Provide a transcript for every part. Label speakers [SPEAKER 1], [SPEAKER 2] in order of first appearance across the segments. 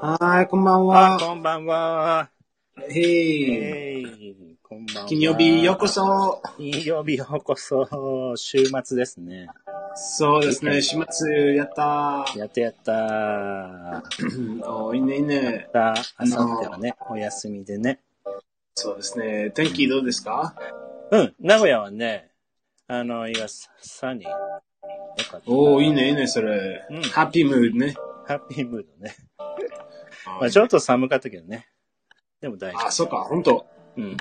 [SPEAKER 1] はーい、こんばん
[SPEAKER 2] あ、
[SPEAKER 1] は。
[SPEAKER 2] こんばんは。
[SPEAKER 1] へい。
[SPEAKER 2] えい、こんばんは。
[SPEAKER 1] 金曜日ようこ。そ。
[SPEAKER 2] 金曜日ようこそ。週末ですね。
[SPEAKER 1] そうですね、始末やったー。
[SPEAKER 2] やったやったー。
[SPEAKER 1] うんおーいいね、いいね。
[SPEAKER 2] さあ、あさってはね、お休みでね。
[SPEAKER 1] そうですね、天気どうですか
[SPEAKER 2] うん、名古屋はね、あの、いや、さサニー。よかった。
[SPEAKER 1] おーいいね、いいね、それ
[SPEAKER 2] うん。
[SPEAKER 1] ハッピームードね。
[SPEAKER 2] ハッピームードね。ま
[SPEAKER 1] あ
[SPEAKER 2] あ、ちょっと寒かったけどね。でも大丈
[SPEAKER 1] あ、そうか、ほんと。
[SPEAKER 2] 夫。うん。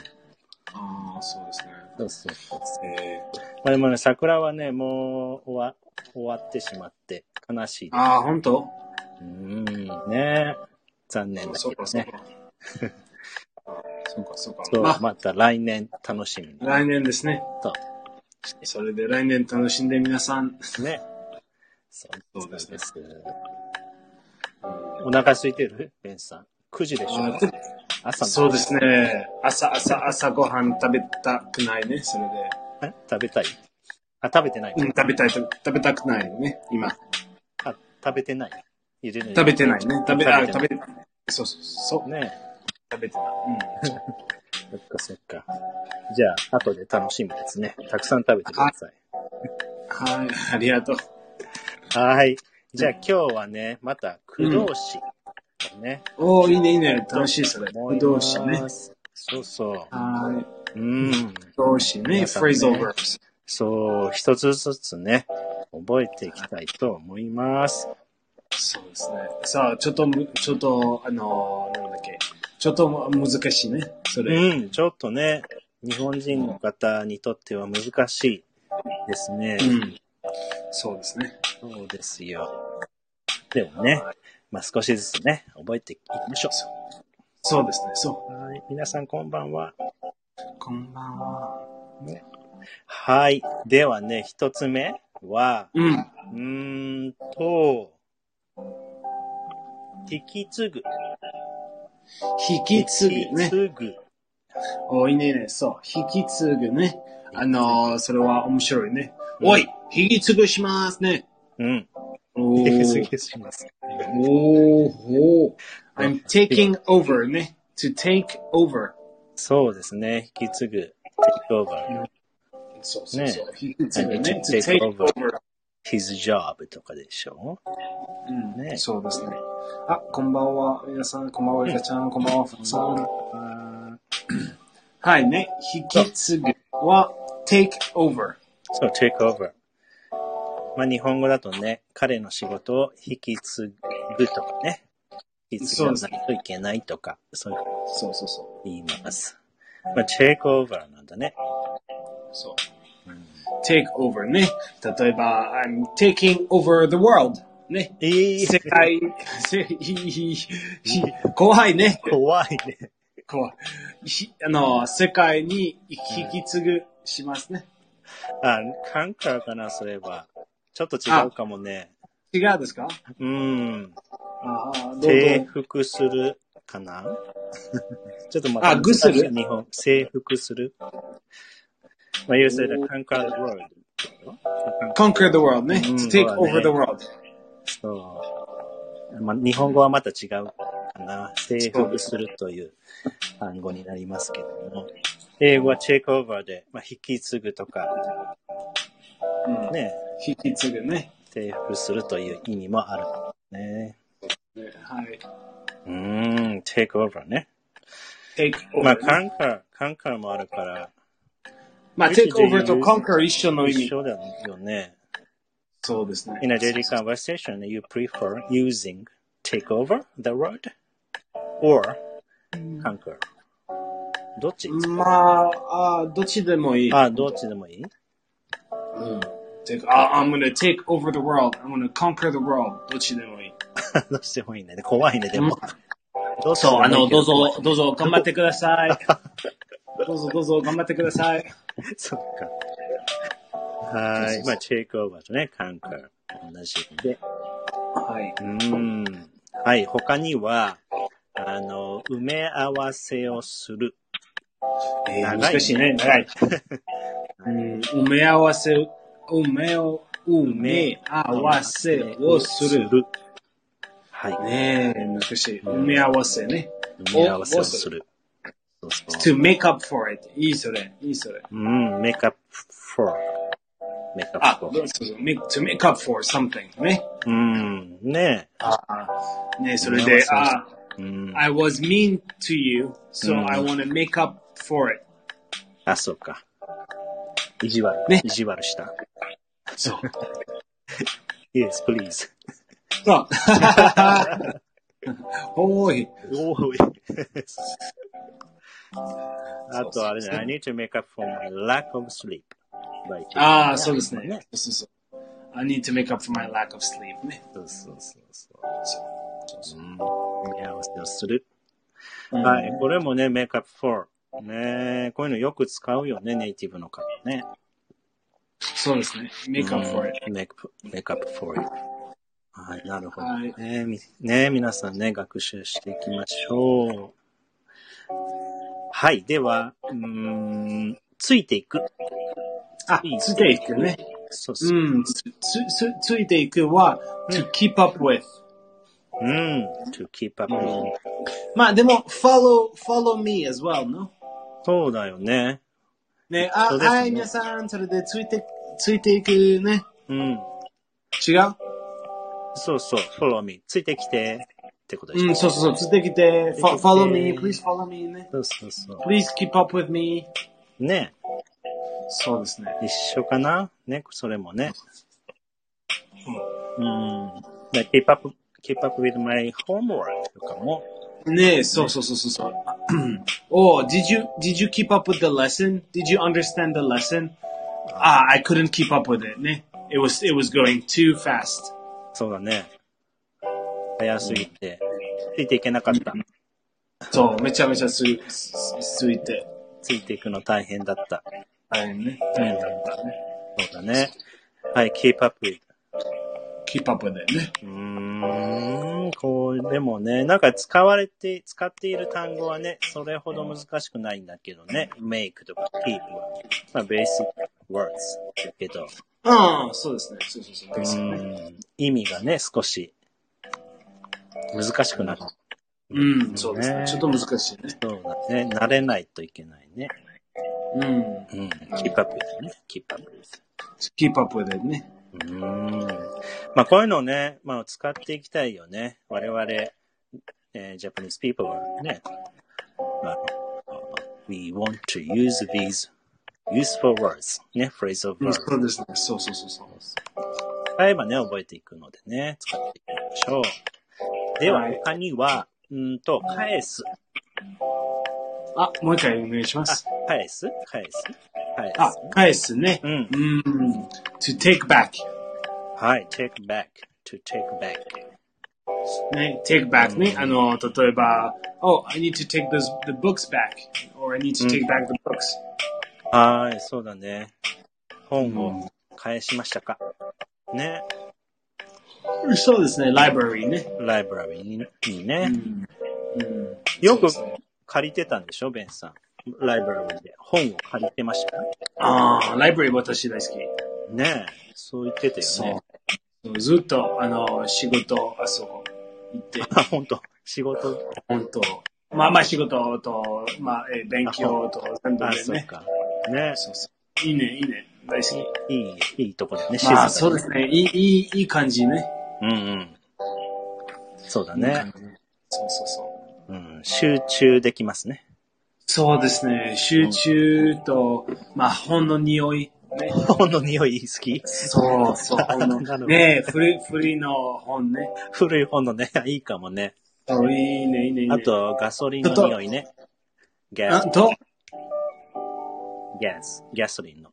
[SPEAKER 1] あーそうですね。
[SPEAKER 2] そうそうそう。
[SPEAKER 1] えー
[SPEAKER 2] まあ、でもね、桜はね、もう終わ、終わってしまって、悲しい。
[SPEAKER 1] あーほんと
[SPEAKER 2] うん、ね残念だ
[SPEAKER 1] そ
[SPEAKER 2] け
[SPEAKER 1] う
[SPEAKER 2] ど
[SPEAKER 1] か、そう
[SPEAKER 2] ね。
[SPEAKER 1] か。あー そうか、そうか。
[SPEAKER 2] そう、
[SPEAKER 1] まあ、
[SPEAKER 2] また来年楽しみに。
[SPEAKER 1] 来年ですね
[SPEAKER 2] そう。
[SPEAKER 1] それで来年楽しんで皆さん。
[SPEAKER 2] ね。そ
[SPEAKER 1] そうですね
[SPEAKER 2] お腹空いてるベンチさん。9時でし
[SPEAKER 1] あ
[SPEAKER 2] ょ
[SPEAKER 1] ー
[SPEAKER 2] 朝の
[SPEAKER 1] そうですね。朝、朝、朝ごはん食べたくないね、それで。
[SPEAKER 2] え食べたいあ、食べてない。
[SPEAKER 1] うん、食べたい、食べ食べたくないね、今。
[SPEAKER 2] あ、食べてない。ゆでる
[SPEAKER 1] 食べてないね。食べ、あ、
[SPEAKER 2] 食
[SPEAKER 1] 食
[SPEAKER 2] べ
[SPEAKER 1] べ、そうそう、そう、
[SPEAKER 2] ね
[SPEAKER 1] 食べてない。うん。
[SPEAKER 2] そっかそっか。じゃあ、後で楽しみですね。たくさん食べてください。
[SPEAKER 1] はい、ありがとう。
[SPEAKER 2] はい。じゃあ今日はね、また、駆動詞。ね。
[SPEAKER 1] おおいいね、いいね。楽しい、それ。
[SPEAKER 2] 思い
[SPEAKER 1] 不
[SPEAKER 2] ます
[SPEAKER 1] 動詞ね。。
[SPEAKER 2] そうそ
[SPEAKER 1] はい。
[SPEAKER 2] う。うん。
[SPEAKER 1] 不動詞ね。
[SPEAKER 2] 皆さんね
[SPEAKER 1] phrasal verbs。
[SPEAKER 2] そう、一つずつね、覚えていきたいと思います。
[SPEAKER 1] そうですね。さあ、ちょっとむ、ちょっと、あのー、なんだっけ。ちょっと難しいね、それ。
[SPEAKER 2] うん、ちょっとね、日本人の方にとっては難しいですね。
[SPEAKER 1] うん。そうですね。
[SPEAKER 2] そうですよ。でもね、まあ、少しずつね、覚えていきましょ。
[SPEAKER 1] そうですね、そう
[SPEAKER 2] はい、皆さんこんばんは。
[SPEAKER 1] う。こんばんは。
[SPEAKER 2] はい、ではね、一つ目は、
[SPEAKER 1] うん。
[SPEAKER 2] うーんと、引き継ぐ。
[SPEAKER 1] 引き継ぐ
[SPEAKER 2] 引き
[SPEAKER 1] ね。
[SPEAKER 2] 継ぐ。
[SPEAKER 1] おいいねいいね。そう。引き継ぐね。あのー、それは面白いね。
[SPEAKER 2] うん
[SPEAKER 1] おい引き継ぐします ね。
[SPEAKER 2] うん。
[SPEAKER 1] お
[SPEAKER 2] 引 き継
[SPEAKER 1] ー。
[SPEAKER 2] ぎします。
[SPEAKER 1] おーほー。I'm taking over ね。to take over.
[SPEAKER 2] そうですね。引き継ぐ。take over
[SPEAKER 1] そうそうそう。引き継ぐ
[SPEAKER 2] I'm
[SPEAKER 1] ね。
[SPEAKER 2] taking
[SPEAKER 1] to take
[SPEAKER 2] over
[SPEAKER 1] over.
[SPEAKER 2] his job とかでしょ
[SPEAKER 1] うん
[SPEAKER 2] ね
[SPEAKER 1] そうですね。あ、こんばんは。皆さん、こんばんは。いかちゃん、こんばんは。ふつさん。はいね。引き継ぐは take over。
[SPEAKER 2] そう、take over。まあ日本語だとね、彼の仕事を引き継ぐとかね。引き継がないといけないとか、そういうふう
[SPEAKER 1] そうそうそ
[SPEAKER 2] に言います。まあ take over なんだね。
[SPEAKER 1] う。そう。
[SPEAKER 2] うん、
[SPEAKER 1] take over ね。例えば、I'm taking over the world ね。
[SPEAKER 2] い い
[SPEAKER 1] 世界、せひひひ怖いね。
[SPEAKER 2] 怖いね。
[SPEAKER 1] 怖い。ひあの、世界に引き継ぐしますね。
[SPEAKER 2] あ、カンカラかな、それは。ちょっと違うかもね。
[SPEAKER 1] 違うですか
[SPEAKER 2] うん。
[SPEAKER 1] ああ、どうぞ。
[SPEAKER 2] 征服するかな ちょっとまた
[SPEAKER 1] あぐする
[SPEAKER 2] 日本、征服する。まあ、要するに、conquer the world。
[SPEAKER 1] conquer the world ね。
[SPEAKER 2] うん
[SPEAKER 1] to take over the world.
[SPEAKER 2] そう。まあ、日本語はまた違うかな。征服するという単語になりますけども。英語は take over で、まあ、引き継ぐとか、
[SPEAKER 1] うん
[SPEAKER 2] ね、
[SPEAKER 1] 引き継ぐね。
[SPEAKER 2] 征服するという意味もあるからね。
[SPEAKER 1] はい。
[SPEAKER 2] うーん、take over ね。
[SPEAKER 1] take
[SPEAKER 2] まあ、
[SPEAKER 1] over ね。
[SPEAKER 2] conquer、conquer もあるから、
[SPEAKER 1] まあ、take over と conquer 一緒の意
[SPEAKER 2] 一
[SPEAKER 1] 味。
[SPEAKER 2] 緒だよね。
[SPEAKER 1] そうですね。
[SPEAKER 2] In a daily conversation, you prefer using take over the word or conquer. どっち、
[SPEAKER 1] まあ、あどっちでもいい。
[SPEAKER 2] あ、どっちでもいい
[SPEAKER 1] Take, I- I'm gonna take over the world. I'm gonna conquer the world. どっちでもいい。
[SPEAKER 2] どっちでもいいね。怖いね、でも。どっちで
[SPEAKER 1] そう、
[SPEAKER 2] もい
[SPEAKER 1] あ
[SPEAKER 2] いけ
[SPEAKER 1] の、どうぞ、どうぞ、頑張ってくだ さい。どうぞ、どうぞ、頑張ってください。
[SPEAKER 2] そっか。
[SPEAKER 1] そうそう
[SPEAKER 2] は
[SPEAKER 1] そ
[SPEAKER 2] ー
[SPEAKER 1] う
[SPEAKER 2] い。まあ、take over とね、conquer。同じで。
[SPEAKER 1] はい。
[SPEAKER 2] うーん。はい。他には、あの、埋め合わせをする。
[SPEAKER 1] えー
[SPEAKER 2] 長いね
[SPEAKER 1] 難しいね、長 い。うん、埋め合わせ、埋めを、埋め合わせをする。。
[SPEAKER 2] はい。
[SPEAKER 1] ねえ、難しい。
[SPEAKER 2] う
[SPEAKER 1] 埋
[SPEAKER 2] ん
[SPEAKER 1] め合わせね。
[SPEAKER 2] 埋め合わせをする。そうそ
[SPEAKER 1] to
[SPEAKER 2] う。
[SPEAKER 1] make up for it. いいそれ、いいそれ。
[SPEAKER 2] うん、make up for. make
[SPEAKER 1] あ、
[SPEAKER 2] up
[SPEAKER 1] そう
[SPEAKER 2] for.
[SPEAKER 1] そう、make, Ah, to make up for something ね。
[SPEAKER 2] うん、ね
[SPEAKER 1] ああねえ、それ
[SPEAKER 2] 埋め
[SPEAKER 1] で、
[SPEAKER 2] 合わせ
[SPEAKER 1] あ
[SPEAKER 2] え。うん、
[SPEAKER 1] I was mean to you, so
[SPEAKER 2] うん
[SPEAKER 1] I want to make up for it.
[SPEAKER 2] あ、そうか。意地悪。
[SPEAKER 1] ね
[SPEAKER 2] 意地悪した。
[SPEAKER 1] そう。
[SPEAKER 2] Yes, please.
[SPEAKER 1] そう。おーい。
[SPEAKER 2] おい。あと、あれじゃない I need to make up for my lack of sleep. by taking-
[SPEAKER 1] ああ、そうですね。。そうそう。I need to make up for my lack of sleep ね。
[SPEAKER 2] そうそうそうそう。
[SPEAKER 1] そうそう
[SPEAKER 2] うん。組み合わせをする。はい。これもね、make up for。ねこういうのよく使うよね、ネイティブの方ね。
[SPEAKER 1] そうですね。make up for it.
[SPEAKER 2] うん make, make up for it. はい、なるほど。
[SPEAKER 1] はい
[SPEAKER 2] ねみね皆さんね、学習していきましょう。はい、では、うーん、ついていく。
[SPEAKER 1] あ、ついていくね。
[SPEAKER 2] そうそう。
[SPEAKER 1] うん。つ、つ、つついていくは、to keep up with.
[SPEAKER 2] うん、to keep up with.
[SPEAKER 1] まあでも、follow, follow me as well, no? ah,
[SPEAKER 2] そうだよね。
[SPEAKER 1] ね、あ、
[SPEAKER 2] そうですね
[SPEAKER 1] はい、皆さん、それでついて、ついていくね。
[SPEAKER 2] うん、
[SPEAKER 1] 違う
[SPEAKER 2] そうそう、follow me. ついてきて。ってことでし
[SPEAKER 1] う
[SPEAKER 2] ょ。
[SPEAKER 1] ん、そうそうそう、ついてきて、
[SPEAKER 2] ついてき
[SPEAKER 1] fo-
[SPEAKER 2] て
[SPEAKER 1] follow me, please follow me ね。
[SPEAKER 2] そうそうそ
[SPEAKER 1] please keep up with me.
[SPEAKER 2] う。ね
[SPEAKER 1] そうですね。
[SPEAKER 2] 一緒かなね、それもね。うん。で keep up, keep up with my homework とかも。
[SPEAKER 1] ねえ、そうそうそうそうそう。oh, did you, did you keep up with the lesson? Did you understand the lesson? Ah, I couldn't keep up with it ね。It was, it was going too fast.
[SPEAKER 2] そうだね。早すぎて、ついていけなかった。
[SPEAKER 1] そう、めちゃめちゃつい、つついて。
[SPEAKER 2] ついていくの大変だった。
[SPEAKER 1] 大変ね。大変だったね。
[SPEAKER 2] そうだね。はい、keep up with.
[SPEAKER 1] keep up with it ね。
[SPEAKER 2] うーん、こう、でもね、なんか使われて、使っている単語はね、それほど難しくないんだけどね。make とか keep は、まあ、basic words だけど、
[SPEAKER 1] うん、そうですね。そうそうそう。
[SPEAKER 2] うーん、意味がね、少し、難しくなる。
[SPEAKER 1] うん、そうですね。
[SPEAKER 2] ね
[SPEAKER 1] ちょっと難しいね。
[SPEAKER 2] そうだね。慣れないといけないね。
[SPEAKER 1] うん。
[SPEAKER 2] うん、keep up with ね。keep up with.
[SPEAKER 1] Mm, keep up with it ね。
[SPEAKER 2] うーんまあこういうのをね、まあ使っていきたいよね。我々、えー、Japanese people はね、あの We want to use these useful words, ね、phrase of
[SPEAKER 1] うん
[SPEAKER 2] words.
[SPEAKER 1] そうですね。そうそうそうそう。
[SPEAKER 2] 使えばね、覚えていくのでね、使っていきましょう。では
[SPEAKER 1] はい
[SPEAKER 2] 他には、うーんと、返す。
[SPEAKER 1] あ、もう一回お願いします。
[SPEAKER 2] 返す返す返
[SPEAKER 1] あ
[SPEAKER 2] す。、
[SPEAKER 1] 返すね。
[SPEAKER 2] うん
[SPEAKER 1] うん。to take back.
[SPEAKER 2] はい、take back, to take back.
[SPEAKER 1] ね、take back ね。あの、例えば、oh, I need to take those, the books back. or I need to
[SPEAKER 2] うん
[SPEAKER 1] take back the books.
[SPEAKER 2] はい、そうだね。本を返しましたか、ね。
[SPEAKER 1] そうですね。library ね。
[SPEAKER 2] ライブラリににね、
[SPEAKER 1] うん。うん
[SPEAKER 2] よく
[SPEAKER 1] そうですね
[SPEAKER 2] 借りてたんでしょ、ベンさん。ライブラリで本を借りてました
[SPEAKER 1] ああ、library 私大好き。
[SPEAKER 2] ねえ、そう言ってたよね。
[SPEAKER 1] そう。ずっと、あの、仕事、あそこ行って。
[SPEAKER 2] あ、本当仕事、
[SPEAKER 1] 本当。まあまあ仕事と、まあ、えー勉強と全部
[SPEAKER 2] あ、
[SPEAKER 1] で
[SPEAKER 2] そう
[SPEAKER 1] ね。
[SPEAKER 2] か。ね
[SPEAKER 1] そうそう。いいね、いいね。大好
[SPEAKER 2] え、いい、いいとこだね、
[SPEAKER 1] き。まあそう
[SPEAKER 2] だ
[SPEAKER 1] ですね。
[SPEAKER 2] ね。
[SPEAKER 1] いい、いい、いい感じね。
[SPEAKER 2] うんうん。そうだ
[SPEAKER 1] いい感
[SPEAKER 2] ね。
[SPEAKER 1] じ。そうそうそう。
[SPEAKER 2] うん、集中できますね。
[SPEAKER 1] そうですね。集中と、まあ本の匂い。ね、
[SPEAKER 2] 本の匂い好き
[SPEAKER 1] そうそう。本
[SPEAKER 2] なるほど
[SPEAKER 1] のねえ、古い、古いの本ね。
[SPEAKER 2] 古い本のね、 いいかもね。
[SPEAKER 1] そういいね、いいね、いいね。
[SPEAKER 2] あ、と、ガソリンの匂いね。ガ
[SPEAKER 1] あ
[SPEAKER 2] ス、
[SPEAKER 1] と、
[SPEAKER 2] ガス、ガソリンの。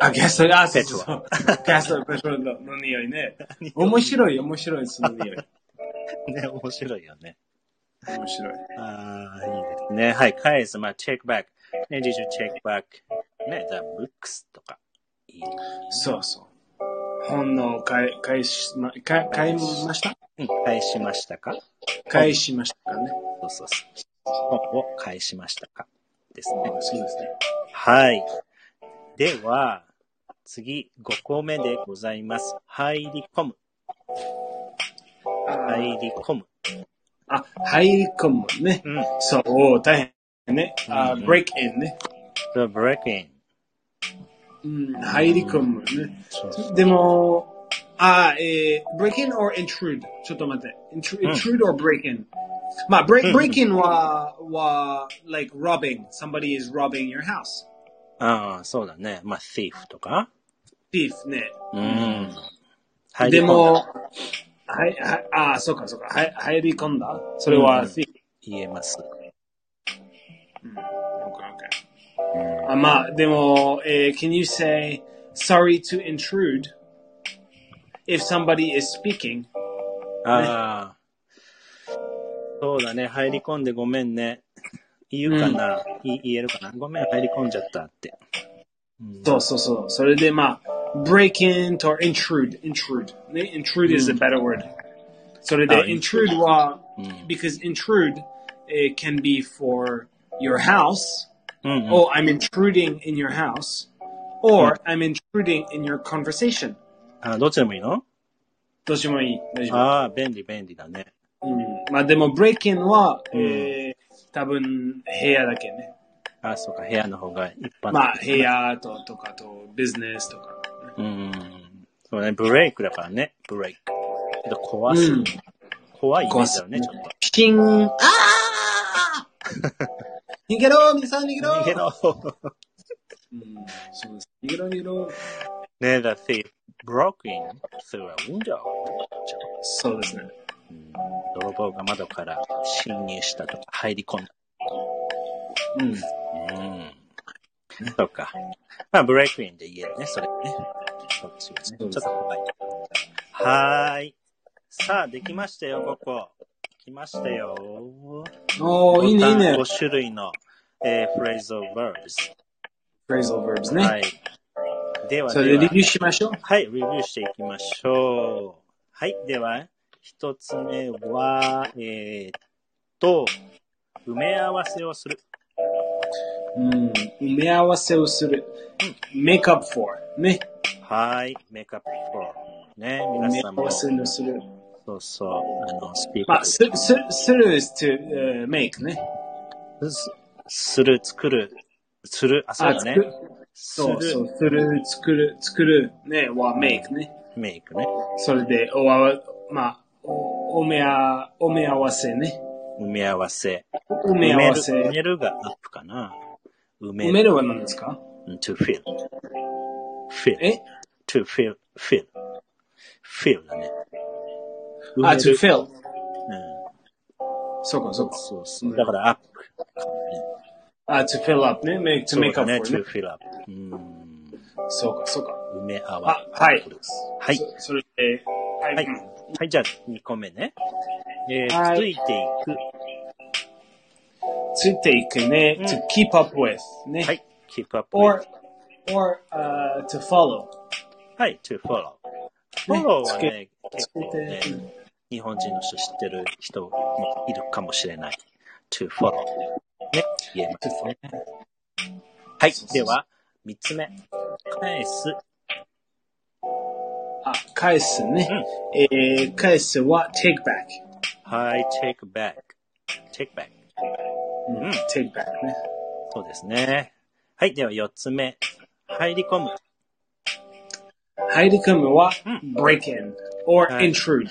[SPEAKER 1] あ、ゲスト、あ、
[SPEAKER 2] ペトロ
[SPEAKER 1] そうそうそうゲスト、ペトロのの匂いね。面白い、面白い、その匂い。
[SPEAKER 2] ね、面白いよね。
[SPEAKER 1] 面白い。
[SPEAKER 2] ああ、いいですね。はい、返す。まあ、チェックバック。ね、did you check back? ね、the books とか。いい
[SPEAKER 1] そうそう。本の返返しま、返返しました
[SPEAKER 2] うん、返しましたか
[SPEAKER 1] 返しましたかね。
[SPEAKER 2] そうそうそう。本を返しましたかですね。
[SPEAKER 1] そうですね。
[SPEAKER 2] はい。では、次、5個目でございます。入り込む。入り込む。
[SPEAKER 1] あ、入り込むね。
[SPEAKER 2] うん。
[SPEAKER 1] そう、おー大変ね。あ、
[SPEAKER 2] うん
[SPEAKER 1] break in ね。
[SPEAKER 2] The breaking.
[SPEAKER 1] うん、入り込むね。
[SPEAKER 2] そうそう
[SPEAKER 1] でも、あ、えー、break in or intrude? ちょっと待って。intrude,
[SPEAKER 2] うん
[SPEAKER 1] intrude or break in? まあ、break,
[SPEAKER 2] うん
[SPEAKER 1] break in は、は、like robbing. Somebody is robbing your house.
[SPEAKER 2] ああ、そうだね。まあ、thief とか。
[SPEAKER 1] thief ね。
[SPEAKER 2] うん。入り
[SPEAKER 1] で
[SPEAKER 2] 込む
[SPEAKER 1] も、はい、はい、あー、そうかそうか。はい、入り込んだ。それは
[SPEAKER 2] うん
[SPEAKER 1] thief。
[SPEAKER 2] 言えます。
[SPEAKER 1] Okay, okay. あまあ、でも、えー can you say sorry to intrude if somebody is speaking?
[SPEAKER 2] ああ。そうだね。入り込んでごめんね。言うかな、い言えるかなごめん、入り込んじゃったって。うん
[SPEAKER 1] そうそうそう。それでまあ、break in or intrude, intrude. ね、intrude is a better word. それで
[SPEAKER 2] あ
[SPEAKER 1] intrude は、
[SPEAKER 2] うん
[SPEAKER 1] because intrude、eh, can be for your house.
[SPEAKER 2] うんうん
[SPEAKER 1] Oh, I'm intruding in your house. Or I'm intruding in your conversation.
[SPEAKER 2] あどっちでもいいの
[SPEAKER 1] どっちもいい。大丈夫。
[SPEAKER 2] ああ、便利、便利だね。
[SPEAKER 1] うんまあでも、ブレイキンは、
[SPEAKER 2] うん
[SPEAKER 1] えー、多分、部屋だけね。
[SPEAKER 2] あそうか、部屋の方が一般的
[SPEAKER 1] まあ、部。屋ととかと、ビジネスとか。
[SPEAKER 2] うん。そうね、ブレイクだからね、ブレイク。ちょっと壊す。
[SPEAKER 1] うん
[SPEAKER 2] 怖いイメージだよね、ちょっと。
[SPEAKER 1] ピキンああ 逃げろ皆さん逃げろ
[SPEAKER 2] 逃げろ
[SPEAKER 1] うんそうです逃げろ逃げろ
[SPEAKER 2] ね、the thief broke in through a window.
[SPEAKER 1] そうですね。
[SPEAKER 2] うん泥棒が窓から侵入したとか入り込んだ。
[SPEAKER 1] うん。
[SPEAKER 2] うん。そうか。まあ、ブレイクインで言えるね、それね。そうですよね。ちょっと怖い。はーい。さあ、できましたよ、ここ。来ましたよ。
[SPEAKER 1] おー、いいね、いいね
[SPEAKER 2] 5。種類の、えー、phrasal verbs。
[SPEAKER 1] phrasal verbs
[SPEAKER 2] は
[SPEAKER 1] ね。
[SPEAKER 2] い。では、
[SPEAKER 1] それで
[SPEAKER 2] で
[SPEAKER 1] リ
[SPEAKER 2] は
[SPEAKER 1] ビューしましょう。
[SPEAKER 2] はい、レビューしていきましょう。はい、では、一つ目は、えー、っと、埋め合わせをする。
[SPEAKER 1] うん。埋め合わせをする。make up for。ね。
[SPEAKER 2] はい、メイクアップフォー。ね、
[SPEAKER 1] 埋
[SPEAKER 2] 皆
[SPEAKER 1] め
[SPEAKER 2] さん
[SPEAKER 1] 合
[SPEAKER 2] も、
[SPEAKER 1] わせ
[SPEAKER 2] そ
[SPEAKER 1] をする。
[SPEAKER 2] うそう、あの、スピー
[SPEAKER 1] ま
[SPEAKER 2] カ
[SPEAKER 1] あ、
[SPEAKER 2] ー
[SPEAKER 1] す、す、する is to、uh, make ね。
[SPEAKER 2] すする、作る、する、あ、そうだね
[SPEAKER 1] あ。作
[SPEAKER 2] す
[SPEAKER 1] そうそ
[SPEAKER 2] る、
[SPEAKER 1] う、する、作る、作る、ね、は make ね。
[SPEAKER 2] メイクね。
[SPEAKER 1] それで、おわ、まあ、お、おめあ、おめ合わせね。
[SPEAKER 2] 埋め合わせ。
[SPEAKER 1] おめ合わせ。
[SPEAKER 2] 埋める埋めるがアップかな。埋め
[SPEAKER 1] 埋めるは何ですか
[SPEAKER 2] to fill. fill.
[SPEAKER 1] え
[SPEAKER 2] to fill, fill. fill だね。
[SPEAKER 1] あ、
[SPEAKER 2] 埋め
[SPEAKER 1] to
[SPEAKER 2] る
[SPEAKER 1] fill。
[SPEAKER 2] うん
[SPEAKER 1] そうか、そうか。
[SPEAKER 2] そうそう。だからアップ。
[SPEAKER 1] あ、to fill up ね。make, to
[SPEAKER 2] そう
[SPEAKER 1] make
[SPEAKER 2] だ
[SPEAKER 1] up
[SPEAKER 2] ね、
[SPEAKER 1] for
[SPEAKER 2] to
[SPEAKER 1] ね。
[SPEAKER 2] fill up。うん。
[SPEAKER 1] そうか、そうか。
[SPEAKER 2] 埋め合わせ。
[SPEAKER 1] あはい
[SPEAKER 2] はい。
[SPEAKER 1] そそれで、はい。
[SPEAKER 2] はい
[SPEAKER 1] うん。
[SPEAKER 2] はい、じゃあ2個目ね。えー
[SPEAKER 1] はい
[SPEAKER 2] ついていく。
[SPEAKER 1] ついていくね。
[SPEAKER 2] うん
[SPEAKER 1] to keep up with ね。
[SPEAKER 2] はい。keep up
[SPEAKER 1] or,
[SPEAKER 2] with.
[SPEAKER 1] or, uh, to follow.
[SPEAKER 2] はい、to follow。
[SPEAKER 1] ね
[SPEAKER 2] follow は
[SPEAKER 1] つけ
[SPEAKER 2] ね、結構ね
[SPEAKER 1] つけてうん、
[SPEAKER 2] 日本人の人知ってる人もいるかもしれない。to follow。ね、言えますね。はい、では、3つ目。返す。
[SPEAKER 1] あ、返すね。えー、返すは take back。
[SPEAKER 2] はい、take back。take back。
[SPEAKER 1] うん
[SPEAKER 2] うん
[SPEAKER 1] take back ね。
[SPEAKER 2] そうですね。はい、では4つ目。入り込む。
[SPEAKER 1] 入り込むは
[SPEAKER 2] うん
[SPEAKER 1] break in or
[SPEAKER 2] はい
[SPEAKER 1] intrude。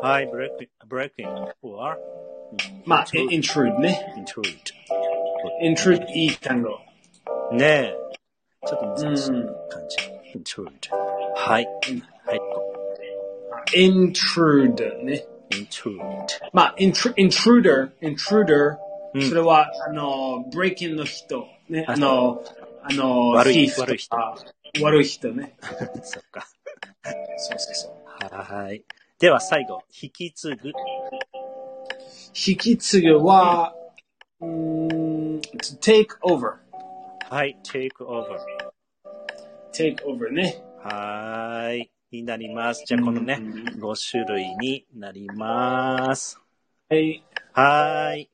[SPEAKER 2] はい、break, breaking or
[SPEAKER 1] まあ、
[SPEAKER 2] intrude
[SPEAKER 1] intrude ね。
[SPEAKER 2] intrude。
[SPEAKER 1] intrude いい単語。
[SPEAKER 2] ねえ。ちょっと難しい感じ。intrude。はい。はい。
[SPEAKER 1] intrude ね。
[SPEAKER 2] intrude。
[SPEAKER 1] まあ、intru- intruder、intruder、
[SPEAKER 2] うん
[SPEAKER 1] それは、あの、break in の人。ね。
[SPEAKER 2] あ
[SPEAKER 1] あの、あの、
[SPEAKER 2] 悪い
[SPEAKER 1] thief と
[SPEAKER 2] 悪い人
[SPEAKER 1] か悪い人ね。
[SPEAKER 2] そっか。
[SPEAKER 1] そうそうそう。
[SPEAKER 2] はい。では最後。引き継ぐ。
[SPEAKER 1] 引き継ぐは、うーん、to take over。
[SPEAKER 2] はい、take over。
[SPEAKER 1] take over ね。
[SPEAKER 2] はーい。になります。じゃあこのね、5種類になります。
[SPEAKER 1] はい。
[SPEAKER 2] はーい。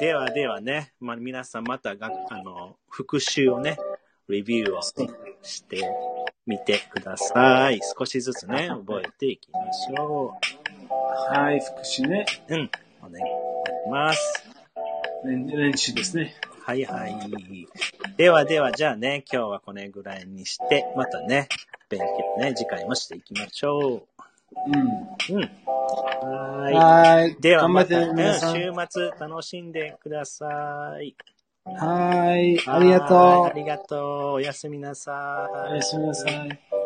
[SPEAKER 2] ではではね、まあ、皆さんまたが、あの、復習をね、レビューをしてみてください。少しずつね、覚えていきましょう。
[SPEAKER 1] はい、副詞ね。
[SPEAKER 2] うん。お願いします。
[SPEAKER 1] 連連詞ですね。
[SPEAKER 2] はいはい。ではでは、じゃあね、今日はこれぐらいにして、またね、勉強ね、次回もしていきましょ
[SPEAKER 1] うん。
[SPEAKER 2] う。うん。は
[SPEAKER 1] はい。
[SPEAKER 2] い。では
[SPEAKER 1] 頑張
[SPEAKER 2] ま
[SPEAKER 1] って
[SPEAKER 2] た、
[SPEAKER 1] ね、
[SPEAKER 2] うん
[SPEAKER 1] 皆さん。
[SPEAKER 2] 週末楽しんでください。
[SPEAKER 1] はい。ありが
[SPEAKER 2] は
[SPEAKER 1] と
[SPEAKER 2] いありがとう。おやすみなさ
[SPEAKER 1] う。おやすみなさい。
[SPEAKER 2] い。